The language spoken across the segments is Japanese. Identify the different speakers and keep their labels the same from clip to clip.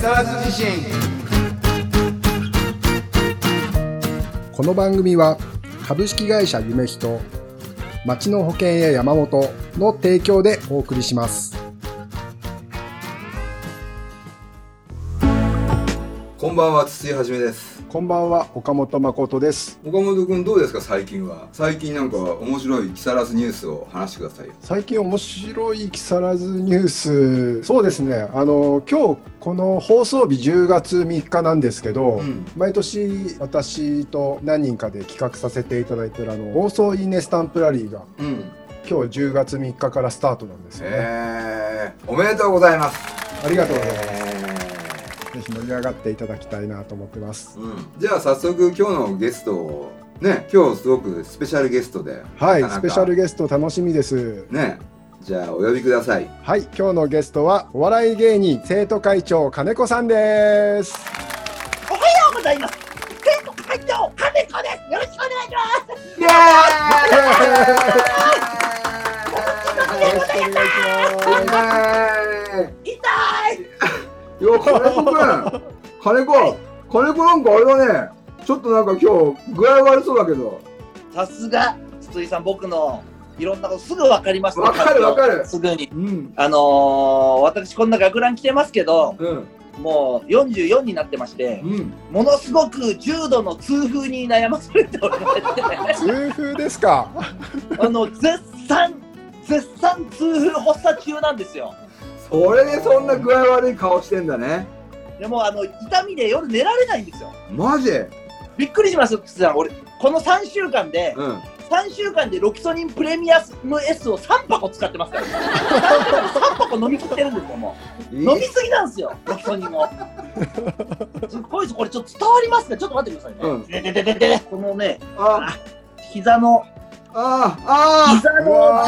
Speaker 1: 沢津地震
Speaker 2: この番組は株式会社夢人町の保険や山本の提供でお送りします
Speaker 1: こんばんは筒井はじめです
Speaker 2: こんばんは岡本誠です
Speaker 1: 岡本君どうですか最近は最近なんか面白い木更津ニュースを話してくださいよ
Speaker 2: 最近面白い木更津ニュースそうですねあの今日この放送日10月3日なんですけど、
Speaker 1: うん
Speaker 2: 毎年私と何人かで企画させていただいてるあの放送いいねスタンプラリーが
Speaker 1: うん
Speaker 2: 今日10月3日からスタートなんですよね、
Speaker 1: えー、おめでとうございます
Speaker 2: ありがとうございます、
Speaker 1: え
Speaker 2: ぜひ盛り上がっていただきたいなと思ってます
Speaker 1: ーうん、じゃあ早速今日のゲストをね今日すごくスペシャルゲストで
Speaker 2: はい
Speaker 1: なかなか
Speaker 2: スペシャルゲスト楽しみです
Speaker 1: ねじゃあお呼びください
Speaker 2: はい今日のゲストはお笑い芸人生徒会長金子さんです
Speaker 3: おはようございます。生徒会長、金子です。よろしくお願いし
Speaker 1: イ
Speaker 3: ま
Speaker 1: エーイ
Speaker 2: よろしくお願いしま
Speaker 3: す。痛い。
Speaker 1: いや、金子くん、金子、金子なんかあれだね、ちょっとなんか今日具合悪そうだけど、
Speaker 3: さすが、筒井さん、僕のいろんなことすぐ分かりますね。
Speaker 1: わかるわかる
Speaker 3: すぐに。
Speaker 1: うん、
Speaker 3: あのー、私こんな学ラン着てますけど、
Speaker 1: うん、
Speaker 3: もう44になってまして、
Speaker 1: うん、
Speaker 3: ものすごく重度の痛風に悩まされておりまして、
Speaker 2: す痛風ですか
Speaker 3: あの、絶賛、絶賛痛風発作中なんですよ。
Speaker 1: それでそんな具合悪い顔してんだね。
Speaker 3: でも、あの、痛みで夜寝られないんですよ。
Speaker 1: マジ？うん、
Speaker 3: びっくりしますよ、筒井さん。俺、この3週間で、3週間でロキソニンプレミアム S を3箱使ってますから、3箱飲み切ってるんですよ、もう。飲みすぎなんですよ、ロキソニンを。すごいです、これちょっと伝わりますね、ちょっと待ってくださいね。
Speaker 1: うん
Speaker 3: でででででこのね、
Speaker 1: あ、
Speaker 3: 膝の、
Speaker 1: あ、あ、
Speaker 3: 膝の
Speaker 2: うわ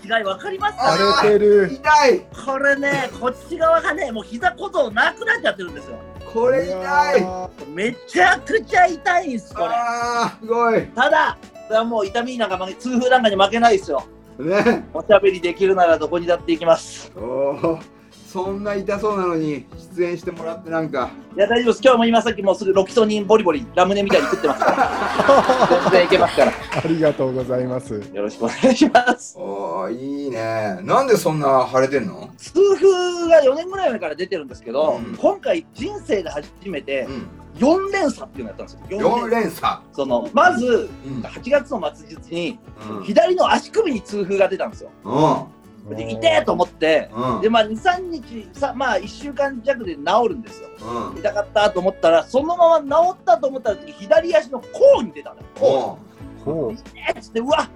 Speaker 3: 出方の違い分かりますか
Speaker 2: 荒れてる
Speaker 1: 痛い。
Speaker 3: これね、こっち側がね、もう膝小僧なくなっちゃってるんですよ。
Speaker 1: これ痛い。
Speaker 2: や
Speaker 3: めちゃくちゃ痛いんです、これ。
Speaker 1: あー、すごい。
Speaker 3: ただ、これはもう痛みなんか負け、痛風なんかに負けないですよ。
Speaker 1: ね。
Speaker 3: おしゃべりできるならどこにだって行きます。
Speaker 1: おーそんな痛そうなのに出演してもらってなんか。
Speaker 3: いや大丈夫です。今日も今さっきもうすぐロキソニンボリボリラムネみたいに食ってます から。全然いけますから。
Speaker 2: ーありがとうございます
Speaker 3: よろしくお願いします。
Speaker 1: おーいいね。なんでそんな腫れてんの？
Speaker 3: 痛風が4年ぐらい前から出てるんですけど、
Speaker 1: うん
Speaker 3: 今回人生で初めて
Speaker 1: うん。
Speaker 3: 4連鎖っていうのやったんですよ。
Speaker 1: 四
Speaker 3: 連
Speaker 1: 連鎖。
Speaker 3: そのまず
Speaker 1: うん。
Speaker 3: 8月の末日に
Speaker 1: うん。
Speaker 3: 左の足首に痛風が出たんですよ。で痛えと思って、
Speaker 1: うん。
Speaker 3: でまあ23日さまあ1週間弱で治るんですよ。
Speaker 1: うん。
Speaker 3: 痛かったと思ったらそのまま治ったと思った時左足の甲に出たのよ。甲
Speaker 1: お
Speaker 2: ほ
Speaker 3: っつってうわ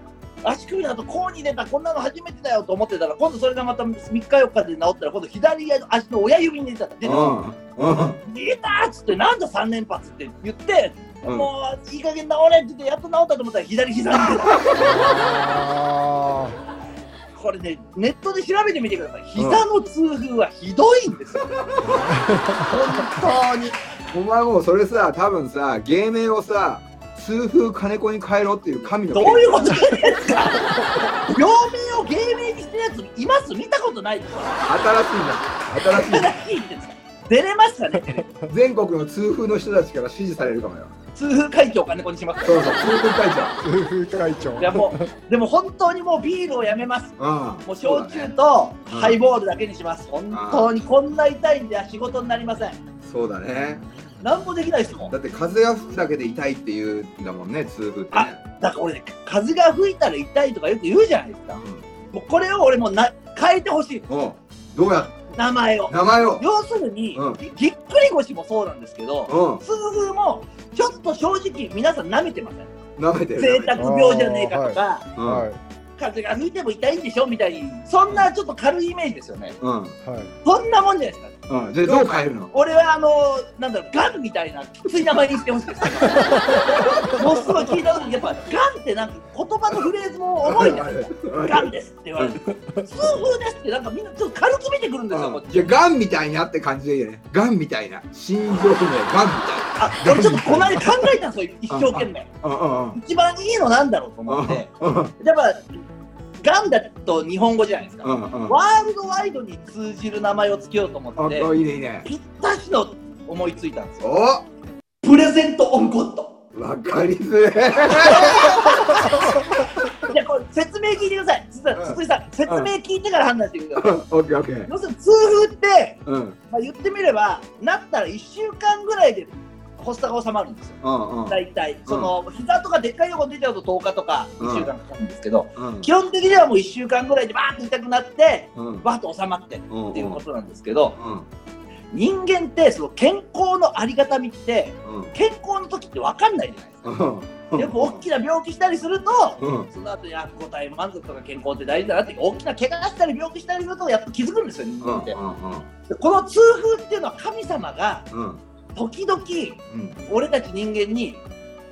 Speaker 3: 足首の後こうに出たこんなの初めてだよと思ってたら今度それがまた3日4日で治ったら今度左足の親指に出た出
Speaker 1: う
Speaker 3: た
Speaker 1: ん。うん。
Speaker 3: 出たっつってなんだ3連発って言って、
Speaker 1: うん
Speaker 3: もういい加減治れって言ってやっと治ったと思ったら左膝に出た
Speaker 2: あ
Speaker 3: これねネットで調べてみてください膝の痛風はひどいんですよ、
Speaker 1: 本当に。お前もうそれさ、多分さ、芸名をさ、痛風金子に変えろっていう神の。
Speaker 3: どういうことですか病名を芸名にしてるやついます見たことないです
Speaker 1: 新しいんだ。新しいんだ。
Speaker 3: 新しいです出れますかねテレビ
Speaker 1: 全国の痛風の人たちから支持されるかもよ。
Speaker 3: 痛風会長かねこにします
Speaker 1: そうそう、痛風会
Speaker 2: ー痛風会長
Speaker 3: いやも う、でも本当にもうビールをやめます。
Speaker 1: 長。うん。
Speaker 3: もう
Speaker 1: そうだ
Speaker 3: 焼酎
Speaker 1: ね。
Speaker 3: と
Speaker 1: うん
Speaker 3: ハイボールだけにします。本当にこんな痛いんで仕事になりません。
Speaker 1: そうだね。
Speaker 3: なんもできないですもん。
Speaker 1: だ
Speaker 3: だ
Speaker 1: って風が吹くだけで痛いっていうんだもんね、痛風ってね。
Speaker 3: から俺ね、風が吹いたら痛いとかよく言うじゃないですか。もうこれを俺もうな変えてほしい。
Speaker 1: うん。おうどうや
Speaker 3: 名前を。
Speaker 1: 名前を。
Speaker 3: 要するに、
Speaker 1: うん
Speaker 3: ぎぎっくり腰もそうなんですけど、
Speaker 1: う
Speaker 3: 痛風もちょっと正直皆さん舐めてません。
Speaker 1: ん。舐めてる。
Speaker 3: 贅沢病じゃねえかとか、
Speaker 1: う
Speaker 2: は
Speaker 1: ん。
Speaker 2: い
Speaker 3: 風が吹いても痛いんでしょみたいに、そんなちょっと軽いイメージですよね。
Speaker 1: うん。
Speaker 2: はい
Speaker 3: そんなもんじゃないですか。
Speaker 1: うん。で、どう変えるの
Speaker 3: 俺はあのなんだろうガンみたいなきつい名前にしてほしいですもうすごい聞いた時にやっぱガンってなんか言葉のフレーズも重いじゃないですかガンですって言われて痛風ですってなんかみんなちょっと軽く見てくるんですよ、こっ
Speaker 1: うん、
Speaker 3: ち
Speaker 1: いや、ガンみたいなって感じでいいよね。ガンみたいな。心臓不明、ガンみ
Speaker 3: あ俺ちょっとこの間考えたんですよ一生懸命
Speaker 1: たいな。うんうんうん。
Speaker 3: 一番いいのなんだろうと思って
Speaker 1: うん
Speaker 3: やっぱガンダと日本語じゃないですか、
Speaker 1: うんうん。
Speaker 3: ワールドワイドに通じる名前を付けようと思
Speaker 1: あ、
Speaker 3: って
Speaker 1: いいねいいね。
Speaker 3: ぴったしの思いついたんですよ
Speaker 1: お
Speaker 3: プレゼントオンゴッド
Speaker 1: わかりづれえ。
Speaker 3: いやこれ説明聞いてください筒井さん筒井さん説明聞いてから判断してください
Speaker 1: オッケーオッケー。
Speaker 3: 要するに痛風って、
Speaker 1: うんうん
Speaker 3: まあ、言ってみればなったら1週間ぐらいで発作が収まるんですよ
Speaker 1: うん
Speaker 3: 大体その、膝とかでっかい横出ちゃうと10日とか
Speaker 1: うん
Speaker 3: 1週間かかるんですけど、
Speaker 1: うん
Speaker 3: 基本的にはもう1週間ぐらいでバーッと痛くなって
Speaker 1: うん
Speaker 3: バーッと収まってっ
Speaker 1: うん
Speaker 3: ていうことなんですけど
Speaker 1: うん
Speaker 3: 人間ってその健康のありがたみって
Speaker 1: うん
Speaker 3: 健康の時って分かんないじゃないですか
Speaker 1: うん
Speaker 3: よく大きな病気したりすると
Speaker 1: うん
Speaker 3: その後や五体満足とか健康って大事だなって大きな怪我したり病気したりするとやっと気づくんですよ人
Speaker 1: うん
Speaker 3: 間って、
Speaker 1: うん
Speaker 3: でこの痛風っていうのは神様が
Speaker 1: うん
Speaker 3: 時々
Speaker 1: うん
Speaker 3: 俺たち人間に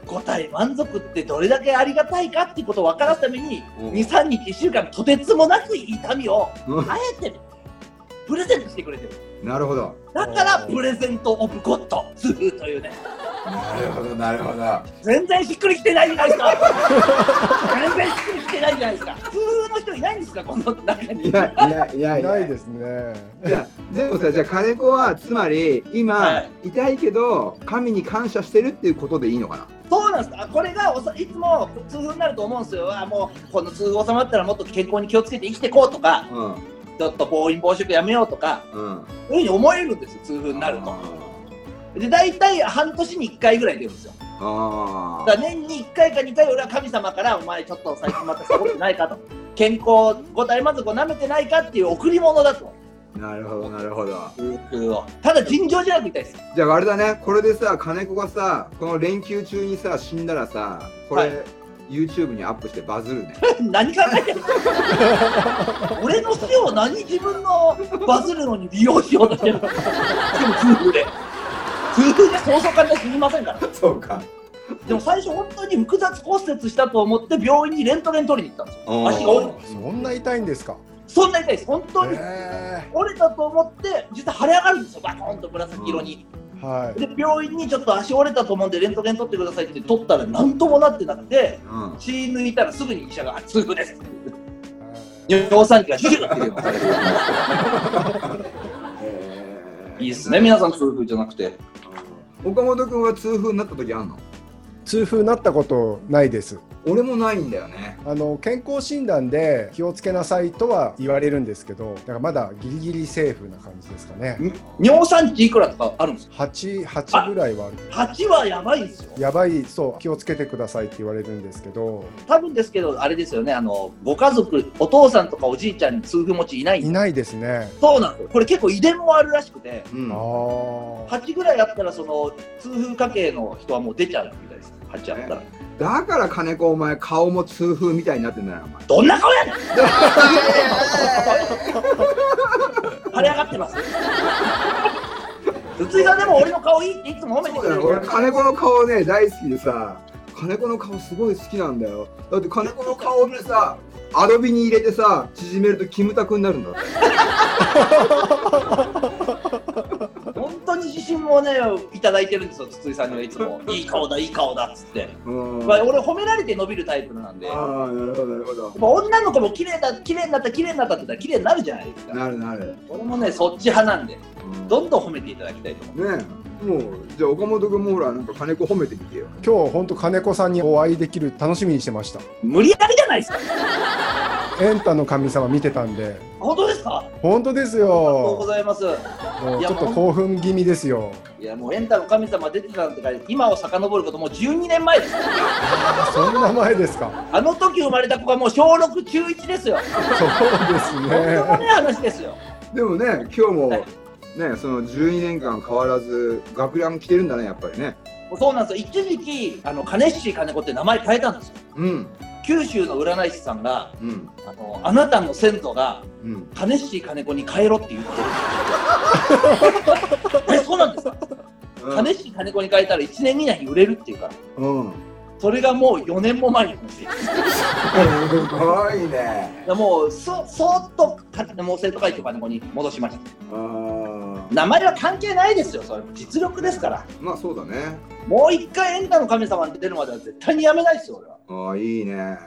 Speaker 3: 五体満足ってどれだけありがたいかっていうことを分からすために
Speaker 1: うん
Speaker 3: 23日1週間とてつもなく痛みを
Speaker 1: うん
Speaker 3: あえてプレゼントしてくれてる
Speaker 1: なるほど
Speaker 3: だからプレゼント・オブ・ゴッド痛風というね
Speaker 1: なるほどなるほど
Speaker 3: 全然しっくりきてないじゃないですか 全然しっくりきてないじゃないですか痛風の人いないんですかこの中に
Speaker 1: いやいやいや
Speaker 2: い
Speaker 1: いや
Speaker 2: ないですね。
Speaker 1: じゃあでもさじゃあ金子はつまり今、
Speaker 3: は
Speaker 1: 痛いけど神に感謝してるっていうことでいいのかな
Speaker 3: そうなんですあこれがおさいつも痛風になると思うんですよあもうこの痛風収まったらもっと健康に気をつけて生きてこうとか
Speaker 1: うん
Speaker 3: ちょっと暴飲暴食やめようとか
Speaker 1: うん
Speaker 3: そういうふうに思えるんですよ痛風になるとで大体半年に1回ぐらい出るんですよ
Speaker 1: あ
Speaker 3: だ
Speaker 1: ー
Speaker 3: から年に1回か2回俺は神様からお前ちょっと最近またサボってないかと健康五体満足を舐めてないかっていう贈り物だと
Speaker 1: なるほどなるほど
Speaker 3: 痛風をただ尋常じゃなくみたいです
Speaker 1: じゃああれだねこれでさ金子がさこの連休中にさ死んだらさこれ、
Speaker 3: は
Speaker 1: YouTube にアップしてバズ るね
Speaker 3: 何考えてる俺の死を何自分のバズるのに利用しようとしてるでも痛風で痛風でそうそう簡単に死にませんから
Speaker 1: そうか
Speaker 3: でも最初本当に複雑骨折したと思って病院にレントゲン取りに行ったんですよ足が折れた
Speaker 2: そんな痛いんですか。
Speaker 3: そんな痛いです本当に
Speaker 2: え
Speaker 3: 折れたと思って実は腫れ上がるんですよバコーンと紫色に、
Speaker 2: ーは
Speaker 3: で病院にちょっと足折れたと思うんでレントゲン取ってくださいって取ったら何ともなってなくて
Speaker 1: うん
Speaker 3: 血抜いたらすぐに医者が「あ痛風です」
Speaker 2: い。
Speaker 3: 尿酸値が低くなってる
Speaker 1: えー
Speaker 3: いいですね皆さん痛風じゃなくて
Speaker 1: 岡本君は痛風になった時あんの
Speaker 2: 痛風なったことないです。
Speaker 1: 俺もないんだよね
Speaker 2: あの健康診断で気をつけなさいとは言われるんですけど、だからまだギリギリセーフな感じですかね。
Speaker 3: 尿酸値いくらとかあるんですか
Speaker 2: 8、8ぐらいはある。
Speaker 3: 8はやばいんですよ
Speaker 2: やばい、そう、気をつけてくださいって言われるんですけど、
Speaker 3: 多分ですけどあれですよねあのご家族お父さんとかおじいちゃんに痛風持ちいないん
Speaker 2: い
Speaker 3: です
Speaker 2: ないですね。
Speaker 3: そうなんですよこれ結構遺伝もあるらしくて
Speaker 1: うん
Speaker 2: ああ。
Speaker 3: 8ぐらいあったらその痛風家系の人はもう出ちゃうみたいです8あったら
Speaker 1: だから金子お前顔も痛風みたいになってんだよお前
Speaker 3: どんな顔 やねん腫れ上がってます筒井さんでも俺の顔いいっていつも褒めてくれる
Speaker 1: 俺金子の顔ね大好きでさ金子の顔すごい好きなんだよだって金子の顔でさアドビに入れてさ縮めるとキムタクになるんだって
Speaker 3: 本当に自信もねいただいてるんですよ筒井さんにはいつもいい顔だいい顔だっつって、
Speaker 1: うん
Speaker 3: まあ、俺褒められて伸びるタイプなんでやっ
Speaker 1: ああなるほどなるほど
Speaker 3: ぱ女の子も綺麗だ綺麗になった綺麗になったって言ったら綺麗になるじゃないですか
Speaker 1: なるなる、
Speaker 3: 俺もねそっち派なんで
Speaker 1: うん
Speaker 3: どんどん褒めていただきたいと思う
Speaker 1: ねえもうじゃあ岡本君もほらなんか金子褒めてみてよ
Speaker 2: 今日本当金子さんにお会いできる楽しみにしてました。
Speaker 3: 無理やりじゃないですか
Speaker 2: エンタの神様見てたんで、
Speaker 3: 本当ですか
Speaker 2: 本当です
Speaker 3: ありがとうご
Speaker 2: よ。
Speaker 3: ざいます
Speaker 2: もうちょっと興奮気味ですよ。
Speaker 3: いやもうエンタの神様出てたんだから今を遡ることもう12年前です
Speaker 2: そんな前です か。
Speaker 3: あの時生まれた子がもう小6中1ですよ
Speaker 2: そうです
Speaker 3: とんで
Speaker 2: ね。
Speaker 3: もない話ですよ
Speaker 1: でもね今日も
Speaker 3: は
Speaker 1: ねその12年間変わらず学ラン着てるんだねやっぱりね
Speaker 3: もうそうなんですよ一時期あの金っし金子って名前変えたんですよ
Speaker 1: うん
Speaker 3: 九州の占い師さんが
Speaker 1: うん
Speaker 3: あのあなたの先祖が
Speaker 1: うん
Speaker 3: 金氏金子に変えろって言 ってるえそうなんですか金氏金子に変えたら1年以内に売れるっていうから
Speaker 1: うんうん
Speaker 3: それがもう4年も前に話です
Speaker 1: すごいね
Speaker 3: だもうそそーっと金もう生徒会長金子に戻しました
Speaker 1: あー
Speaker 3: 名前は関係ないですよそれ実力ですから
Speaker 1: まあそうだね
Speaker 3: もう一回エンタの神様に出るまでは絶対にやめないですよ俺は
Speaker 1: ああいいね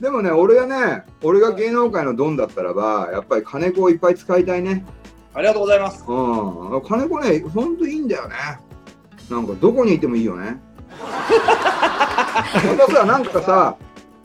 Speaker 1: でもね、俺がね、俺が芸能界のドンだったらば、やっぱり金子をいっぱい使いたいね。
Speaker 3: ありがとうございます。
Speaker 1: うん。金子ね、ほんといいんだよね。なんかどこにいてもいいよね。 またさ、なんかさ、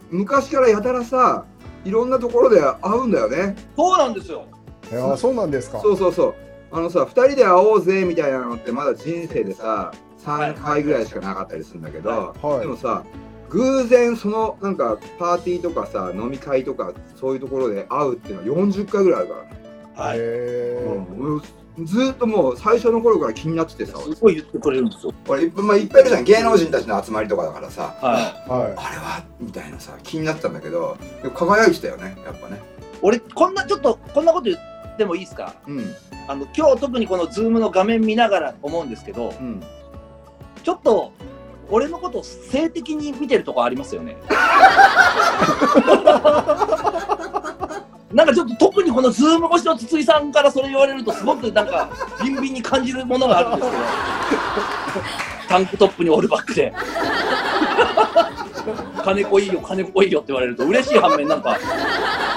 Speaker 1: 昔からやたらさ、いろんなところで会うんだよね。
Speaker 3: そうなんですよ。
Speaker 2: いやーそうなんですか。
Speaker 1: そうそうそう。あのさ、2人で会おうぜみたいなのってまだ人生でさ、3回ぐらいしかなかったりするんだけど、
Speaker 2: はい
Speaker 1: でもさ、偶然そのなんかパーティーとかさ、飲み会とかそういうところで会うっていうのは40回ぐらいあるからね。
Speaker 3: はい。
Speaker 2: へー
Speaker 1: うんずーっともう最初の頃から気になっててさ、
Speaker 3: すごい言ってくれるんですよ。
Speaker 1: 俺、まあ、いっぱいいるじゃん、芸能人たちの集まりとかだからさ、
Speaker 3: はい。
Speaker 2: は
Speaker 1: あれはみたいなさ、気になってたんだけど、でも輝いてたよね、やっぱね。
Speaker 3: 俺、こんな、ちょっと、こんなこと言ってもいいですか
Speaker 1: うん、
Speaker 3: あの、今日特にこのズームの画面見ながら思うんですけど、
Speaker 1: うん。
Speaker 3: ちょっと、俺のことを性的に見てるとこありますよね。なんかちょっと特にこのズーム越しの筒井さんからそれ言われるとすごくなんかビンビンに感じるものがあるんですけどタンクトップにオールバックで金子いいよ金子いいよって言われると嬉しい反面なんか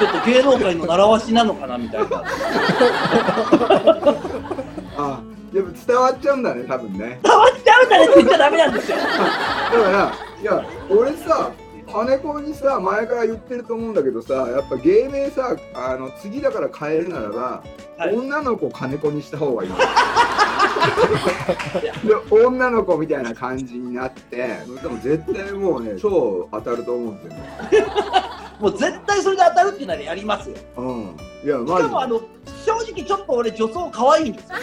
Speaker 3: ちょっと芸能界の習わしなのかなみた いな
Speaker 1: あでも伝わっちゃうんだね、多分ね。
Speaker 3: 変わっちゃうんだねって言っちゃダメなんですよ
Speaker 1: だから、いや、俺さ、金子にさ、前から言ってると思うんだけどさ、やっぱ芸名さ、あの次だから変えるならば、
Speaker 3: はい
Speaker 1: 女の子金子にした方がいい。で女の子みたいな感じになって、でも絶対もうね、超当たると思うんだよね。
Speaker 3: もう絶対それで当たるってならやりますよ
Speaker 1: うん。いや、
Speaker 3: し
Speaker 1: マジ
Speaker 3: かもあの正直ちょっと俺女装可愛いんですよ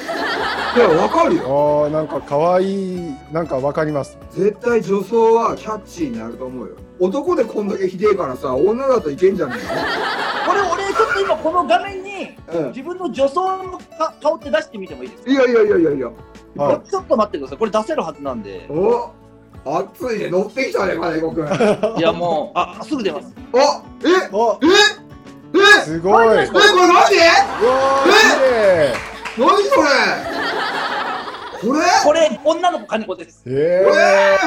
Speaker 1: で。いや、わかる
Speaker 2: い。あ
Speaker 1: よ。
Speaker 2: ーなんか可愛いなんかわかります。
Speaker 1: 絶対女装はキャッチーになると思うよ。男でこんだけひでえからさ、女だといけんじゃね
Speaker 3: これ俺ちょっと今この画面に
Speaker 1: えの。
Speaker 3: 自分の女装のか顔って出してみてもいいです
Speaker 1: うん。いやいやいやいやいや。
Speaker 3: か、
Speaker 2: は
Speaker 3: ちょっと待ってくださいこれ出せるはずなんで
Speaker 1: お熱いね乗ってきたね金子くんあ
Speaker 3: いやもうあすぐ出ます
Speaker 1: えええ
Speaker 2: い。お
Speaker 1: え
Speaker 2: すごい。うわー
Speaker 1: えこれマジ何それこれ
Speaker 3: これ女の子金子です
Speaker 2: 綺麗。
Speaker 1: え
Speaker 2: え
Speaker 1: え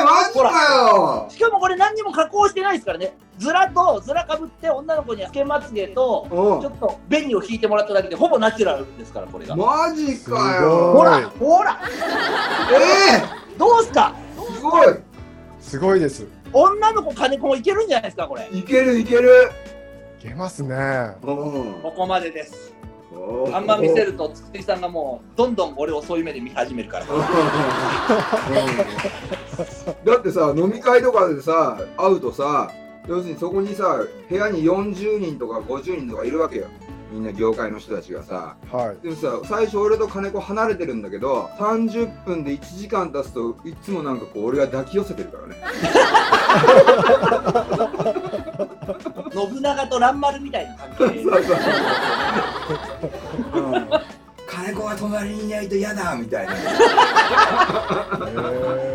Speaker 1: マジかよ
Speaker 3: しかもこれ何にも加工してないですからねずらとずらかぶって女の子にはつけまつげとちょ
Speaker 1: う
Speaker 3: っと紅を引いてもらっただけでほぼナチュラルですからこれが
Speaker 1: んマジか
Speaker 2: す
Speaker 1: よ
Speaker 2: ご
Speaker 3: ほ
Speaker 2: い
Speaker 3: らほら
Speaker 1: え
Speaker 3: どうすか
Speaker 1: えすごい
Speaker 2: ーすごいです。い
Speaker 3: 女の子金子もいけるんじゃないですかこれ
Speaker 1: いけるいける
Speaker 2: けますね。
Speaker 1: うん
Speaker 3: ここまでです
Speaker 1: おー
Speaker 3: あんま見せると、つくりさんがもう、どんどん俺をそういう目で見始めるから。
Speaker 1: うん だってさ飲み会とかでさ会うとさ要するにそこにさ部屋に40人とか50人とかいるわけよみんな業界の人たちがさ
Speaker 2: はい。
Speaker 1: でもさ最初俺と金子離れてるんだけど30分で1時間経つといつもなんかこう俺が抱き寄せてるからね
Speaker 3: 信長と蘭丸みたいな感
Speaker 1: そう
Speaker 3: じで。
Speaker 1: そうそううん金子は隣にいないと嫌だみたいな
Speaker 2: へー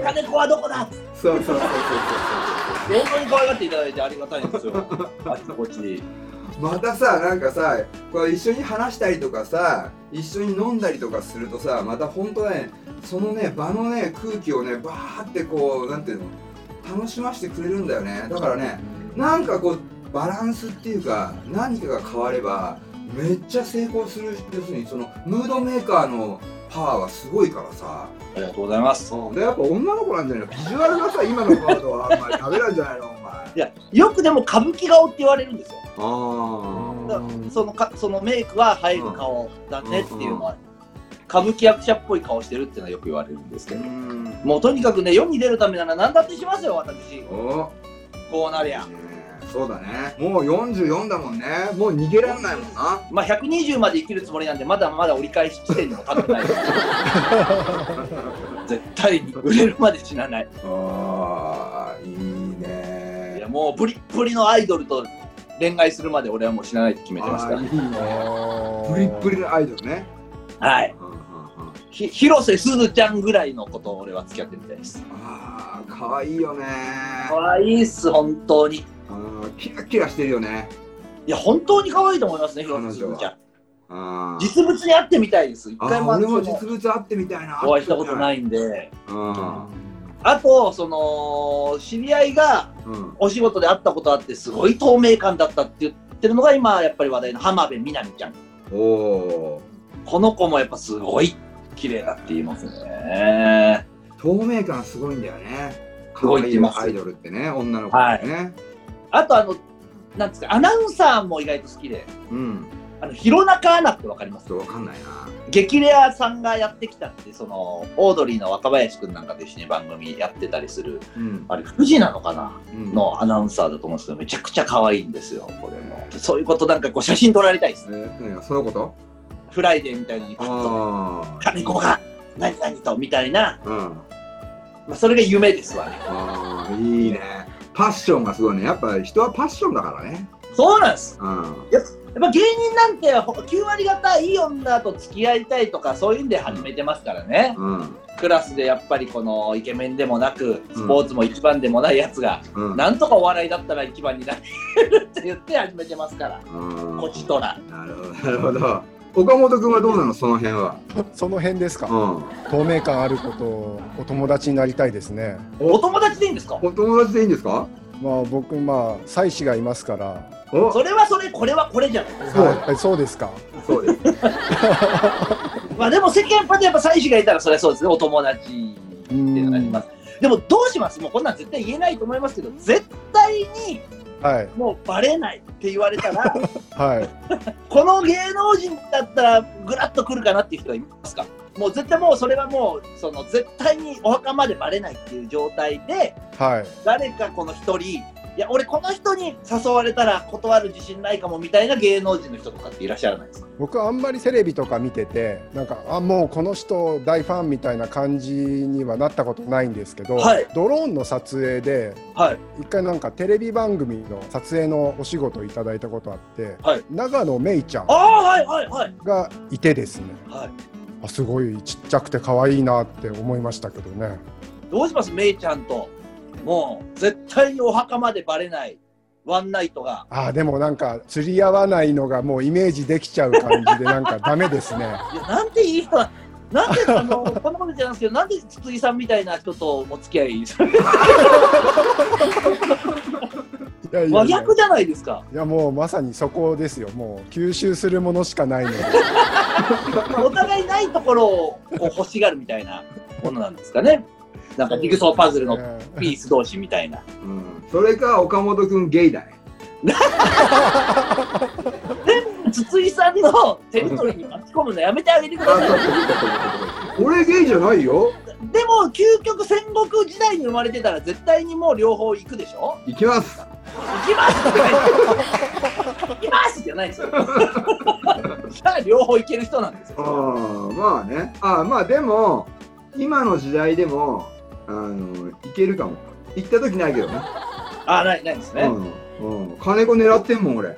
Speaker 3: 金子はどこだ
Speaker 1: そうそうそうそう
Speaker 3: 本当に可愛がっていただいてありがたいんですよ。あっちこっちに。
Speaker 1: そうまたさなんかさこう一緒に話したりとかさ一緒に飲んだりとかするとさまた本当ねそのね場のね空気をねバーってこうなんていうの楽しませてくれるんだよねだからねなんかこうバランスっていうか何かが変わればめっちゃ成功する要するにそのムードメーカーのパワーはすごいからさ
Speaker 3: ありがとうございます。
Speaker 1: でやっぱ女の子なんじゃないのビジュアルがさ今のバードはあんまり食べなんじゃないのお前
Speaker 3: いや、よくでも歌舞伎顔って言われるんですよ。
Speaker 1: あ
Speaker 3: だからそのかそのメイクは映える顔だねっていうのは、歌舞伎役者っぽい顔してるっていうのはよく言われるんですけ
Speaker 1: ーう
Speaker 3: ど。
Speaker 1: ん
Speaker 3: もうとにかくね、世に出るためなら何だってしますよ、私。
Speaker 1: お
Speaker 3: こうなりゃ。
Speaker 1: そうだねもう44だもんねもう逃げらんないもんな
Speaker 3: まあ、120まで生きるつもりなんで、まだまだ折り返し地点にも立ってない です。絶対に売れるまで死なない。
Speaker 1: あーいい
Speaker 3: いや、
Speaker 1: ね
Speaker 3: もうブリッブリのアイドルと恋愛するまで俺はもう死なないって決めてます
Speaker 1: あ
Speaker 3: か
Speaker 1: ーいいね
Speaker 2: あー
Speaker 1: プリップリのアイドルね
Speaker 3: ら。はい。
Speaker 1: うんうんうん
Speaker 3: ひ広瀬すずちゃんぐらいのことを俺は付き合ってみたいです。
Speaker 1: ああ、可愛いよね
Speaker 3: 可愛いっす、本当に。い
Speaker 1: うんキラキラしてるよね。
Speaker 3: や、本当に可愛いと思いますね、広瀬すずち
Speaker 1: 彼女
Speaker 3: ゃん。
Speaker 1: あー
Speaker 3: 実物に会ってみたいです。一
Speaker 1: あ
Speaker 3: 回
Speaker 1: ー、
Speaker 3: も
Speaker 1: 俺も
Speaker 3: その
Speaker 1: 実物会ってみたいな。。
Speaker 3: お会いしたことないいんで、
Speaker 1: うん。
Speaker 3: あと、その、知り合いが
Speaker 1: うん
Speaker 3: お仕事で会ったことあって、すごい透明感だったって言ってるのが、今、やっぱり話題の浜辺美波ちゃん。
Speaker 1: おお
Speaker 3: この子もやっぱすごい綺麗だって言いますね。
Speaker 1: ー透明感すごいんだよね
Speaker 3: すごいって言います
Speaker 1: 可愛アイドルってね女の子ってね、
Speaker 3: あと、あの、なんですか、アナウンサーも意外と好きで、
Speaker 1: うん
Speaker 3: あの、弘中アナってわかりま
Speaker 1: ち
Speaker 3: す
Speaker 1: ょっとわかんないな
Speaker 3: 激レアさんがやってきたって、その、オードリーの若林くんなんかと一緒に番組やってたりする、
Speaker 1: うん
Speaker 3: あれ、富士なのかな
Speaker 1: うん
Speaker 3: のアナウンサーだと思うんですけど、めちゃくちゃ可愛いんですよ、これも。そういうことなんかこう写真撮られたいです
Speaker 1: え。ー何がそのこと
Speaker 3: フライデーみたいなのにこう
Speaker 1: ああ
Speaker 3: 金子が何々とみたいな、
Speaker 1: うん
Speaker 3: まあ、それが夢ですわね。
Speaker 1: ああいいねパッションがすごいねやっぱ人はパッションだからね
Speaker 3: そうなんです。
Speaker 1: うん
Speaker 3: やっぱ芸人なんてほ9割方いい女と付き合いたいとかそういうんで始めてますからね。
Speaker 1: うん
Speaker 3: クラスでやっぱりこのイケメンでもなく、
Speaker 1: ん
Speaker 3: スポーツも一番でもないやつが、
Speaker 1: うん
Speaker 3: なんとかお笑いだったら一番になれるって言って始めてますから。
Speaker 1: うん
Speaker 3: こちとら。
Speaker 1: なるほどなるほど岡本君はどうなのその辺は
Speaker 2: その辺ですか。
Speaker 1: うん
Speaker 2: 透明感あることをお友達になりたいですね。
Speaker 3: お友達でいいんですか
Speaker 1: お友達でいいんですか
Speaker 2: まあ僕まあ妻子がいますから。
Speaker 1: お
Speaker 3: それはそれ、これはこれじゃない。
Speaker 1: そう
Speaker 2: はいはいそうですか。
Speaker 1: そうです
Speaker 3: まあでも世間一般でやっぱ妻子がいたらそれはそうですね、お友達ってなります。でもどうしますもうこんなん絶対言えないと思いますけど、絶対に
Speaker 2: はい
Speaker 3: もうバレないって言われたら、
Speaker 2: はい。
Speaker 3: この芸能人だったらぐらっと来るかなっていう人はいますかもう絶対もうそれはもう、その絶対にお墓までバレないっていう状態で、
Speaker 2: はい。
Speaker 3: 誰かこの一人、いや俺この人に誘われたら断る自信ないかもみたいな芸能人の人とかっていらっしゃらないですか
Speaker 2: 僕はあんまりテレビとか見ててなんかあもうこの人大ファンみたいな感じにはなったことないんですけど、
Speaker 3: はい
Speaker 2: ドローンの撮影で
Speaker 3: はい。
Speaker 2: 一回なんかテレビ番組の撮影のお仕事をいただいたことあって、
Speaker 3: はい
Speaker 2: 長野めいちゃん
Speaker 3: ああ、はいはいはい。
Speaker 2: がいてですね
Speaker 3: はい
Speaker 2: あすごいちっちゃくて可愛いなって思いましたけどね
Speaker 3: どうしますめいちゃんと。もう、絶対にお墓までバレない、ワンナイトが。
Speaker 2: あでもなんか釣り合わないのがもうイメージできちゃう感じでなんかダメですね
Speaker 3: いや、なんていい人な、なんで、あの、 こんなことじゃないですけど、なんで筒井さんみたいな人とお付き合いする
Speaker 2: いやいや
Speaker 3: 真
Speaker 2: いや
Speaker 3: 逆じゃないですか。
Speaker 2: いやもうまさにそこですよもう吸収するものしかないので。
Speaker 3: お互いないところをこう欲しがるみたいなものなんですかね。なんか、ジグソーパズルの
Speaker 2: えー
Speaker 3: ピース同士みたいな。
Speaker 1: うんそれか岡本君ゲイだね
Speaker 3: 筒井さんのテリトリーに巻き込むのやめてあげてください。
Speaker 1: 俺ゲイじゃないよ
Speaker 3: でも、究極戦国時代に生まれてたら、絶対にもう両方行くでしょ
Speaker 1: 行きます
Speaker 3: 行きますって行きますじゃないですよ。じゃあ両方行ける人なんです
Speaker 1: あ
Speaker 3: よ。
Speaker 1: あまあねああまあでも今の時代でもあの行けるかも行った時ないけどね
Speaker 3: あ、ないないですね。
Speaker 1: うん、うん、金子狙ってんもん俺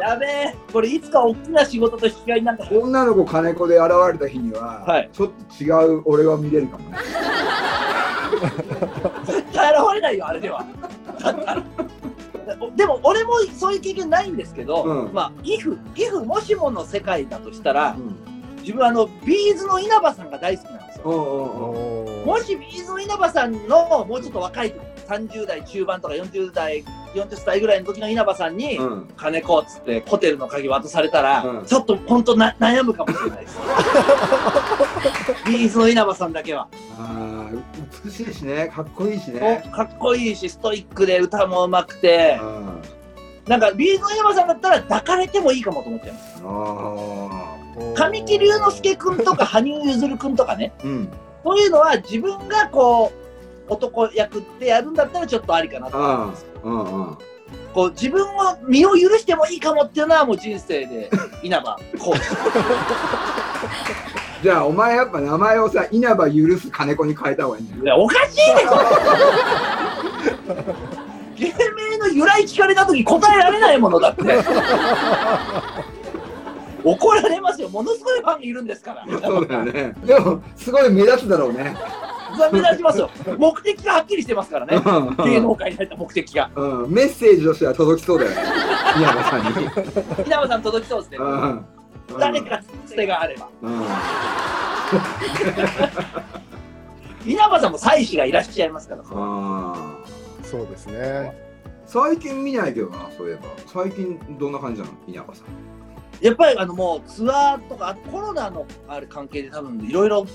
Speaker 3: やべえ、これいつか大きな仕事と引き換えになんか。
Speaker 1: 女の子金子で現れた日には、
Speaker 3: はい
Speaker 1: ちょっと違う俺は見れるかもね
Speaker 3: 絶対現れないよ、あれでは。だったらでも俺もそういう経験ないんですけど、
Speaker 1: うん
Speaker 3: まあ、イフ、イフもしもの世界だとした
Speaker 1: う
Speaker 3: ら、
Speaker 1: ん
Speaker 3: 自分あの、ビーズの稲葉さんが大好きなんですよ。
Speaker 1: おうおうおう
Speaker 2: おー
Speaker 3: もし水野稲葉さんのもうちょっと若い時30代中盤とか40代40歳ぐらいの時の稲葉さんに、
Speaker 1: うん
Speaker 3: 金子っつってホテルの鍵渡されたら、
Speaker 1: うん
Speaker 3: ちょっと本当な悩むかもしれないです ビーズの稲葉さんだけは、
Speaker 1: あー美しいしねかっこいいしね
Speaker 3: かっこいいしストイックで歌もうまくて
Speaker 1: う、ん
Speaker 3: なんかビーズの稲葉さんだったら抱かれてもいいかもと思ってます
Speaker 1: あ
Speaker 3: 神木隆之介君とか羽生結弦君とかね
Speaker 1: ーうん
Speaker 3: そういうのは自分がこう男役でやるんだったらちょっとありかなと思い
Speaker 1: あ
Speaker 3: ます
Speaker 1: ーうんうん
Speaker 3: こう自分を身を許してもいいかもっていうのはもう人生で稲葉こう
Speaker 1: じゃあお前やっぱ名前をさ稲葉許す金子に変えた方がいいん だよ
Speaker 3: いやおかしいでしょ芸名の由来聞かれた時答えられないものだって怒られますよものすごいファンいるんですから
Speaker 1: そうだよねでもすごい目立つだろうね
Speaker 3: 目立ちますよ目的がはっきりしてますからね
Speaker 1: うん
Speaker 3: 芸能界に入った目的が
Speaker 1: うん、メッセージとしては届きそう だよね。宮野さんに。
Speaker 3: 稲葉さん届きそうですね
Speaker 1: うん
Speaker 3: 誰。かつてがあれば
Speaker 1: うん。
Speaker 3: 稲葉さんも妻子がいらっしゃいますから。
Speaker 1: あ
Speaker 2: そうですね。
Speaker 1: ー最近見ないけどなそういえば最近どんな感じなの稲葉さん
Speaker 3: やっぱりあのもうツアーとか、あコロナのある関係で多分いろいろ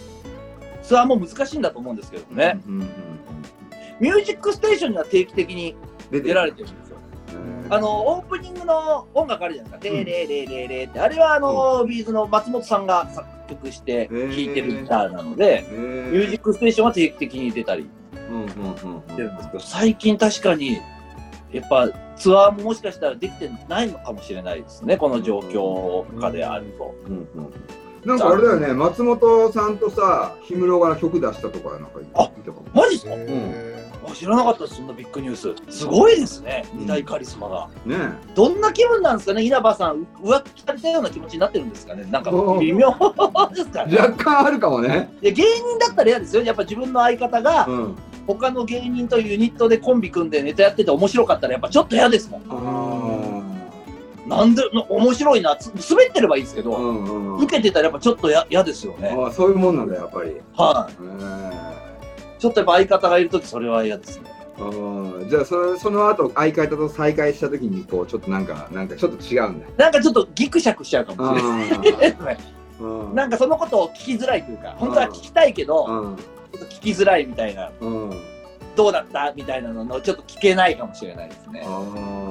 Speaker 3: ツアーも難しいんだと思うんですけどね。
Speaker 1: うんうんうん
Speaker 3: ミュージックステーションには定期的に
Speaker 1: 出
Speaker 3: 出られ
Speaker 1: て
Speaker 3: てるんですよ。
Speaker 1: るへー
Speaker 3: あの、オープニングの音楽あるじゃないですか。レーレーレーレーレーって。あれはあの、ビーズの松本さんが作曲して弾いてるギターなので、
Speaker 1: へ
Speaker 3: ミュージ
Speaker 1: ー
Speaker 3: ックステーションは定期的に出たり
Speaker 1: うんうんうん
Speaker 3: してるんですけど、最近確かに、やっぱツアーももしかしたらできてないのかもしれないですね。この状況下であると。
Speaker 1: うんうんなんかあれだよね松本さんとさ氷室が曲出したとかなんか言ってたかも
Speaker 3: マジっすか
Speaker 2: へ
Speaker 3: あ知らなかったです、そんなビッグニュース。すごいですね、二大カリスマが。
Speaker 1: ね
Speaker 3: どんな気分なんですかね、稲葉さん、う浮気されたような気持ちになってるんですかね、なんか微妙ですかね。
Speaker 1: 若干あるかもね
Speaker 3: いや芸人だったら嫌ですよ、やっぱ自分の相方が
Speaker 1: うん
Speaker 3: 他の芸人とユニットでコンビ組んでネタやってて面白かったら、やっぱちょっと嫌ですもん。
Speaker 1: あー
Speaker 3: なんで、な面白いな、つ滑ってればいいですけ
Speaker 1: う
Speaker 3: ど、
Speaker 1: んうんうん
Speaker 3: 受けてたらやっぱちょっとや嫌ですよ
Speaker 1: あ
Speaker 3: ね。
Speaker 1: ーそういうもんなんだやっぱりへ
Speaker 3: はい、
Speaker 1: ー
Speaker 3: ちょっとやっぱ相方がいるとき、それは嫌ですね。
Speaker 1: うんじゃあそその後相方と再会した時にこうちょっとなんかなんかちょっと違うんだ
Speaker 3: なんかちょっとギクシャクしちゃうかもしれな い
Speaker 1: あ
Speaker 3: ですね。
Speaker 1: ー
Speaker 3: なんかそのことを聞きづらいというか、本当は聞きたいけど、
Speaker 1: うん
Speaker 3: ちょっと聞きづらいみたいな、
Speaker 1: うんうん
Speaker 3: どうだったみたいなののちょっと聞けないかもしれないですね。だ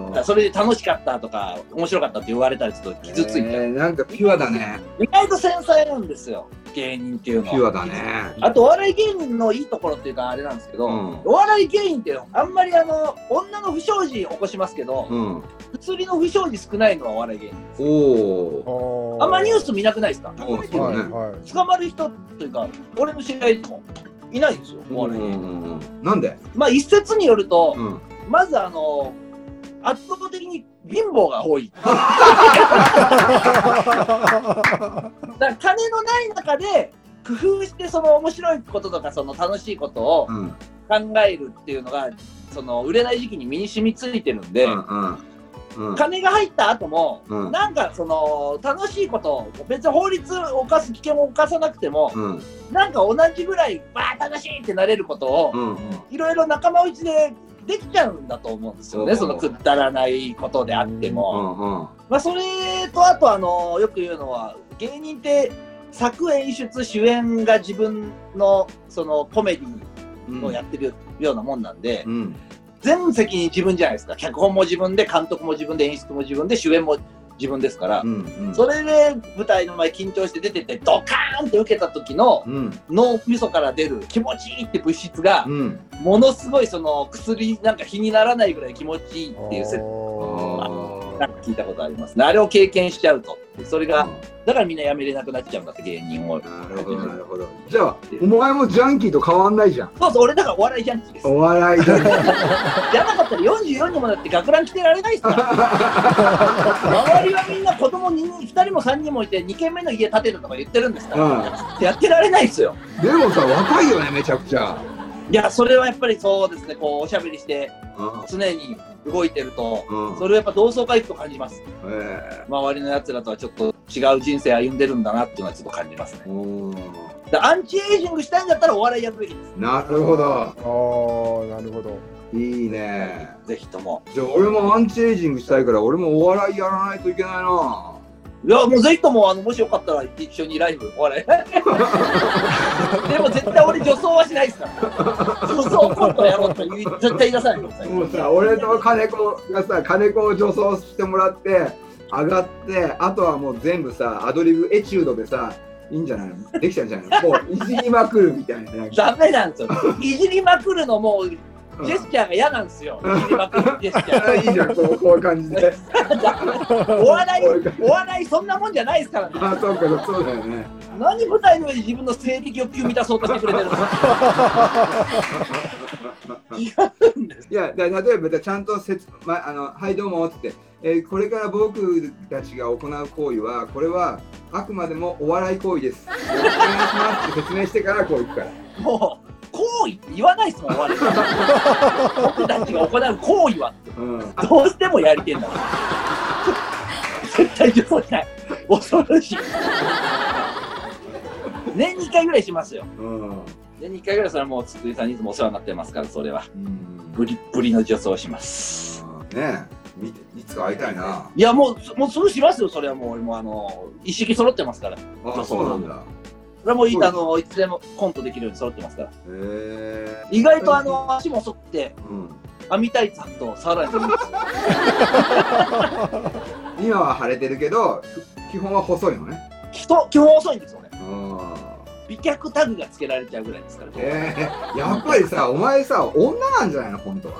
Speaker 3: から
Speaker 1: あ
Speaker 3: それで楽しかったとか、面白かったって言われたりすると傷ついて、
Speaker 1: てなんかピュアだね
Speaker 3: 意外と繊細なんですよ、芸人っていうの
Speaker 1: ピ
Speaker 3: は。
Speaker 1: ュアだね
Speaker 3: あと、お笑い芸人のいいところっていうか、あれなんですけど、
Speaker 1: うん
Speaker 3: お笑い芸人って、あんまりあの、女の不祥事起こしますけど、
Speaker 1: うんお
Speaker 3: 物理の不祥事少ないのはお笑い芸人です。
Speaker 1: おー
Speaker 2: ー
Speaker 3: あんまニュース見なくないですか
Speaker 1: そうですね
Speaker 2: はいはい。
Speaker 3: 捕まる人というか、俺の知り合いでもいないんですよ、お笑い芸人。
Speaker 1: うんうんうんなんで
Speaker 3: まあ一説によると、
Speaker 1: うん
Speaker 3: まずあの圧倒的に貧乏が 多い。だから金のない中で工夫してその面白いこととかその楽しいことを
Speaker 1: うんうん
Speaker 3: 考えるっていうのがその売れない時期に身に染みついてるんで、
Speaker 1: うんうん
Speaker 3: 金が入った後も、
Speaker 1: うん
Speaker 3: なんかその楽しいことを別に法律を犯す危険を犯さなくても、
Speaker 1: うんうん
Speaker 3: なんか同じぐらいわあ楽しいってなれることを、
Speaker 1: うん
Speaker 3: いろいろ仲間内でできちゃうんだと思うんですよ
Speaker 1: う
Speaker 3: ね、
Speaker 1: ん
Speaker 3: そのくだらないことであって
Speaker 1: う
Speaker 3: も。
Speaker 1: んうん
Speaker 3: まあ、それと、あとあの、よく言うのは、芸人って作演出、主演が自分のそのコメディ
Speaker 1: うん
Speaker 3: をやってるようなもんなんで、
Speaker 1: うん
Speaker 3: 全責任自分じゃないですか、脚本も自分で、監督も自分で、演出も自分で、主演も自分ですから
Speaker 1: う。んうん
Speaker 3: それで舞台の前緊張して出てってドカーンって受けた時の
Speaker 1: うん
Speaker 3: 脳みそから出る気持ちいいって物質が
Speaker 1: うん
Speaker 3: ものすごいその薬なんか気にならないぐらい気持ちいいっていう説
Speaker 1: あー
Speaker 3: なんか聞いたことありますねあれを経験しちゃうとそれがだからみんな辞めれなくなっちゃうんだって芸人を
Speaker 1: なるほどなるほどじゃあお前もジャンキーと変わんない じゃん
Speaker 3: そうそう俺だからお笑いジャンキーです
Speaker 1: お笑いジャンキー
Speaker 3: じゃなかったら44にもなって学ラン着てられな いっすから周りはみんな子供に2人も3人もいて2軒目の家建てたとか言ってるんですから、やってられないですよ
Speaker 1: でもさ若いよねめちゃくちゃ
Speaker 3: いやそれはやっぱりそうですねこうおしゃべりして
Speaker 1: うん
Speaker 3: 常に動いてると
Speaker 1: うん
Speaker 3: それをやっぱ同窓会行くと感じます
Speaker 1: え
Speaker 3: 周りのやつらとはちょっと違う人生歩んでるんだなっていうのはちょっと感じますね
Speaker 1: え。うん
Speaker 3: だからアンチエイジングしたいんだったらお笑いやるべきです。
Speaker 1: なるほど
Speaker 2: あーなるほど。
Speaker 1: いいね
Speaker 3: ぜひとも。
Speaker 1: じゃあ俺もアンチエイジングしたいから俺もお笑いやらないといけないない
Speaker 3: や、もうぜひとも、あの、もしよかったら一緒にライブ、お笑い。 でも絶対俺女装はしないですから。女装コントやろうと言い絶対言い出さないでください。
Speaker 1: もうさ俺と金子がさ金子を助走してもらって上がってあとはもう全部さアドリブエチュードでさいいんじゃないのできちゃうんじゃないのもういじりまくるみた いななんか
Speaker 3: ダメなんですよ。いじりまくるのも、ジェスチャーが嫌なんですよ。いじりまくるジェスチャ
Speaker 1: あいいじゃんこうこういう感じで
Speaker 3: ー。お笑い、お笑いそんなもんじゃないですからね。
Speaker 1: あそうかそうだよね
Speaker 3: 何舞台の上で自分の性的欲求を満たそうとしてくれてるの
Speaker 1: いやだ例えばだちゃんと説、ま、あのはいどうもっつって、えーこれから僕たちが行う行為はこれはあくまでもお笑い行為ですよろしくお願いしますって説明してからこういくから
Speaker 3: もう行為って言わないですもん我々僕たちが行う行為は
Speaker 1: うん
Speaker 3: どうしてもやりてえんだもん絶対上手ない恐ろしい年に1回ぐらいしますよ。
Speaker 1: うん
Speaker 3: 年に1回ぐらいそれはもう筒井さんにいつもお世話になってますから、それは。
Speaker 1: うん
Speaker 3: ブリッブリの助走をします。
Speaker 1: ねえ見ていつか会いたいない
Speaker 3: や、もう、もうすぐしますよ、それはもう、俺もあの、一式揃ってますから。
Speaker 1: あそうなんだ
Speaker 3: それはもうい
Speaker 1: そうです
Speaker 3: あの、いつでもコントできるように揃ってますから。
Speaker 1: へえ
Speaker 3: 意外とあの、足も遅くて、
Speaker 1: うん
Speaker 3: 網タイツと触らないと。
Speaker 1: 今は腫れてるけど基本は細いのね
Speaker 3: 基礎基本遅いんですよね。
Speaker 1: あ
Speaker 3: 美脚タグがつけられちゃうぐらいですから。
Speaker 1: ーえー、やっぱりさお前さ女なんじゃないの本当は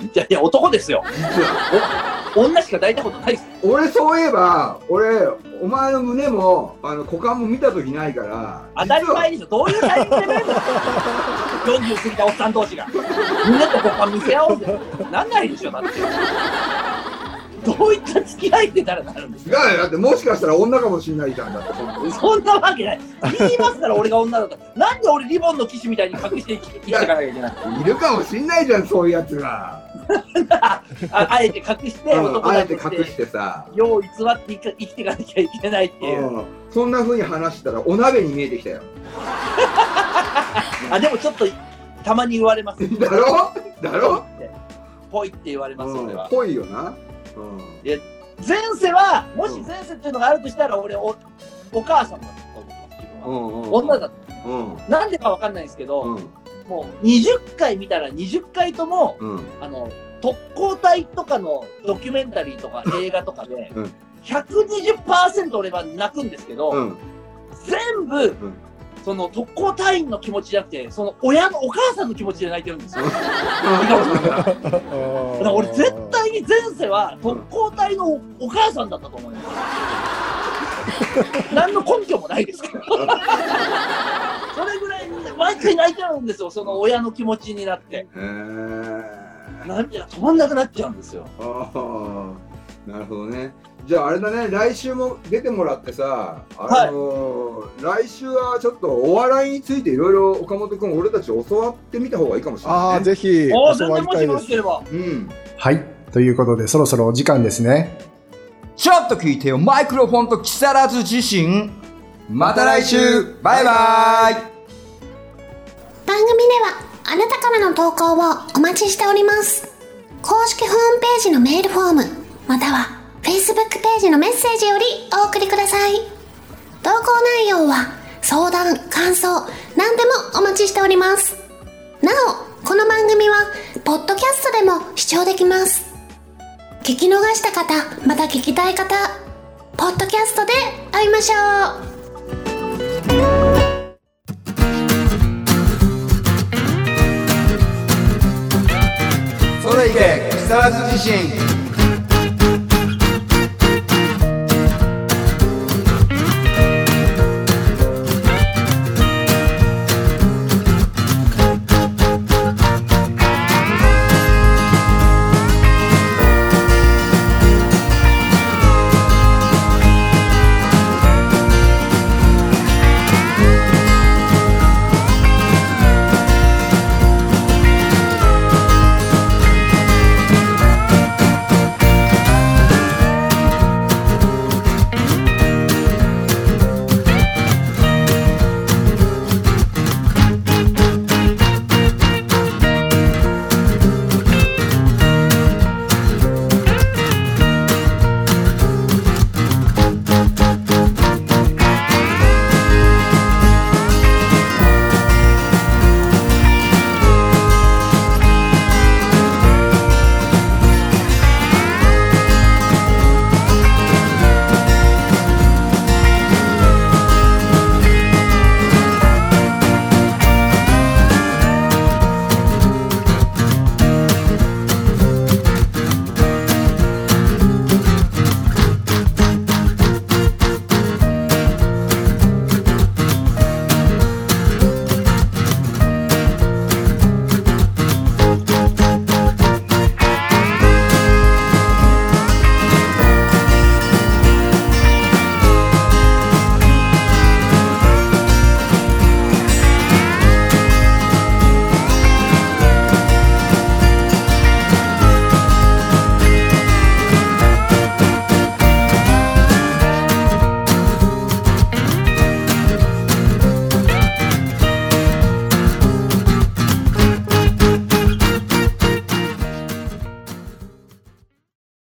Speaker 1: い
Speaker 3: やいや、男ですよ。
Speaker 1: 実は
Speaker 3: 女しか抱いたことないです。
Speaker 1: 俺そういえば俺お前の胸もあの股間も見た時ないから
Speaker 3: 当たり前でしょ。どういうタイミングで見るの ?40 過ぎたおっさん同士が。みんなと股間見せ合おうぜ。なんないでしょ、だって。どういった付き合いってたらなるんです
Speaker 1: 実は違うよだってもしかしたら女かもしれないじゃんだって本当に
Speaker 3: そんなわけない。言いますから、俺が女だと。なんで俺リボンの騎士みたいに隠して生きていかなきゃいけない
Speaker 1: いるかもしんないじゃんそういうやつが、
Speaker 3: ああえて隠して、
Speaker 1: うん、
Speaker 3: 男
Speaker 1: あ
Speaker 3: だ
Speaker 1: え
Speaker 3: と
Speaker 1: て
Speaker 3: して
Speaker 1: 隠してさ、
Speaker 3: よう偽って生き生きていかなきゃいけないっていう。
Speaker 1: うん、そんな風に話したらお鍋に見えてきたよ
Speaker 3: あでもちょっとたまに言われます。
Speaker 1: だろだろ
Speaker 3: ぽいって言われます、俺は。
Speaker 1: ぽいよな、うん、
Speaker 3: 前世は、もし前世っていうのがあるとしたら、俺お、お母さんだと思ってます自分は。
Speaker 1: んうん
Speaker 3: 女だっ
Speaker 1: うん
Speaker 3: た。なんでかわかんないんですけど、
Speaker 1: うん
Speaker 3: もう20回見たら20回とも、
Speaker 1: うん
Speaker 3: あの、特攻隊とかのドキュメンタリーとか映画とかで、
Speaker 1: うん
Speaker 3: 120%俺は泣くんですけど、
Speaker 1: うん
Speaker 3: 全部、
Speaker 1: ん
Speaker 3: その特攻隊員の気持ちじゃなくて、その親のお母さんの気持ちで泣いてるんですよ。だから俺絶対に前世は特攻隊のおお母さんだったと思 います。何の根拠もないですけど。それぐらい毎回泣いちゃうんですよ、その親の気持ちになって。
Speaker 1: へえ
Speaker 3: 涙が止まんなくなっちゃうんですよ。
Speaker 1: ああなるほどねじゃああれだね来週も出てもらってさあのー来週はちょっとお笑いについていろいろ岡本君俺たち教わってみた方がいいかもしれ
Speaker 4: あ
Speaker 1: な
Speaker 4: あ
Speaker 1: い、ね、
Speaker 4: ぜひ
Speaker 3: おお、
Speaker 4: 教
Speaker 3: 全
Speaker 4: わり
Speaker 3: 然も
Speaker 4: た
Speaker 3: し
Speaker 4: い
Speaker 3: よ
Speaker 4: で
Speaker 3: ろ
Speaker 4: す
Speaker 3: しければ。
Speaker 1: うん
Speaker 2: はい。ということで、そろそろお時間ですね。
Speaker 5: ちょっと聞いてよ、マイクロフォンと木更津自身。また来週、バイバイ。
Speaker 6: 番組ではあなたからの投稿をお待ちしております公式ホームページのメールフォームまたは Facebook ページのメッセージよりお送りください投稿内容は相談感想何でもお待ちしておりますなおこの番組はポッドキャストでも視聴できます聞き逃した方また聞きたい方ポッドキャストで会いましょう
Speaker 5: それいけ、木更津自身。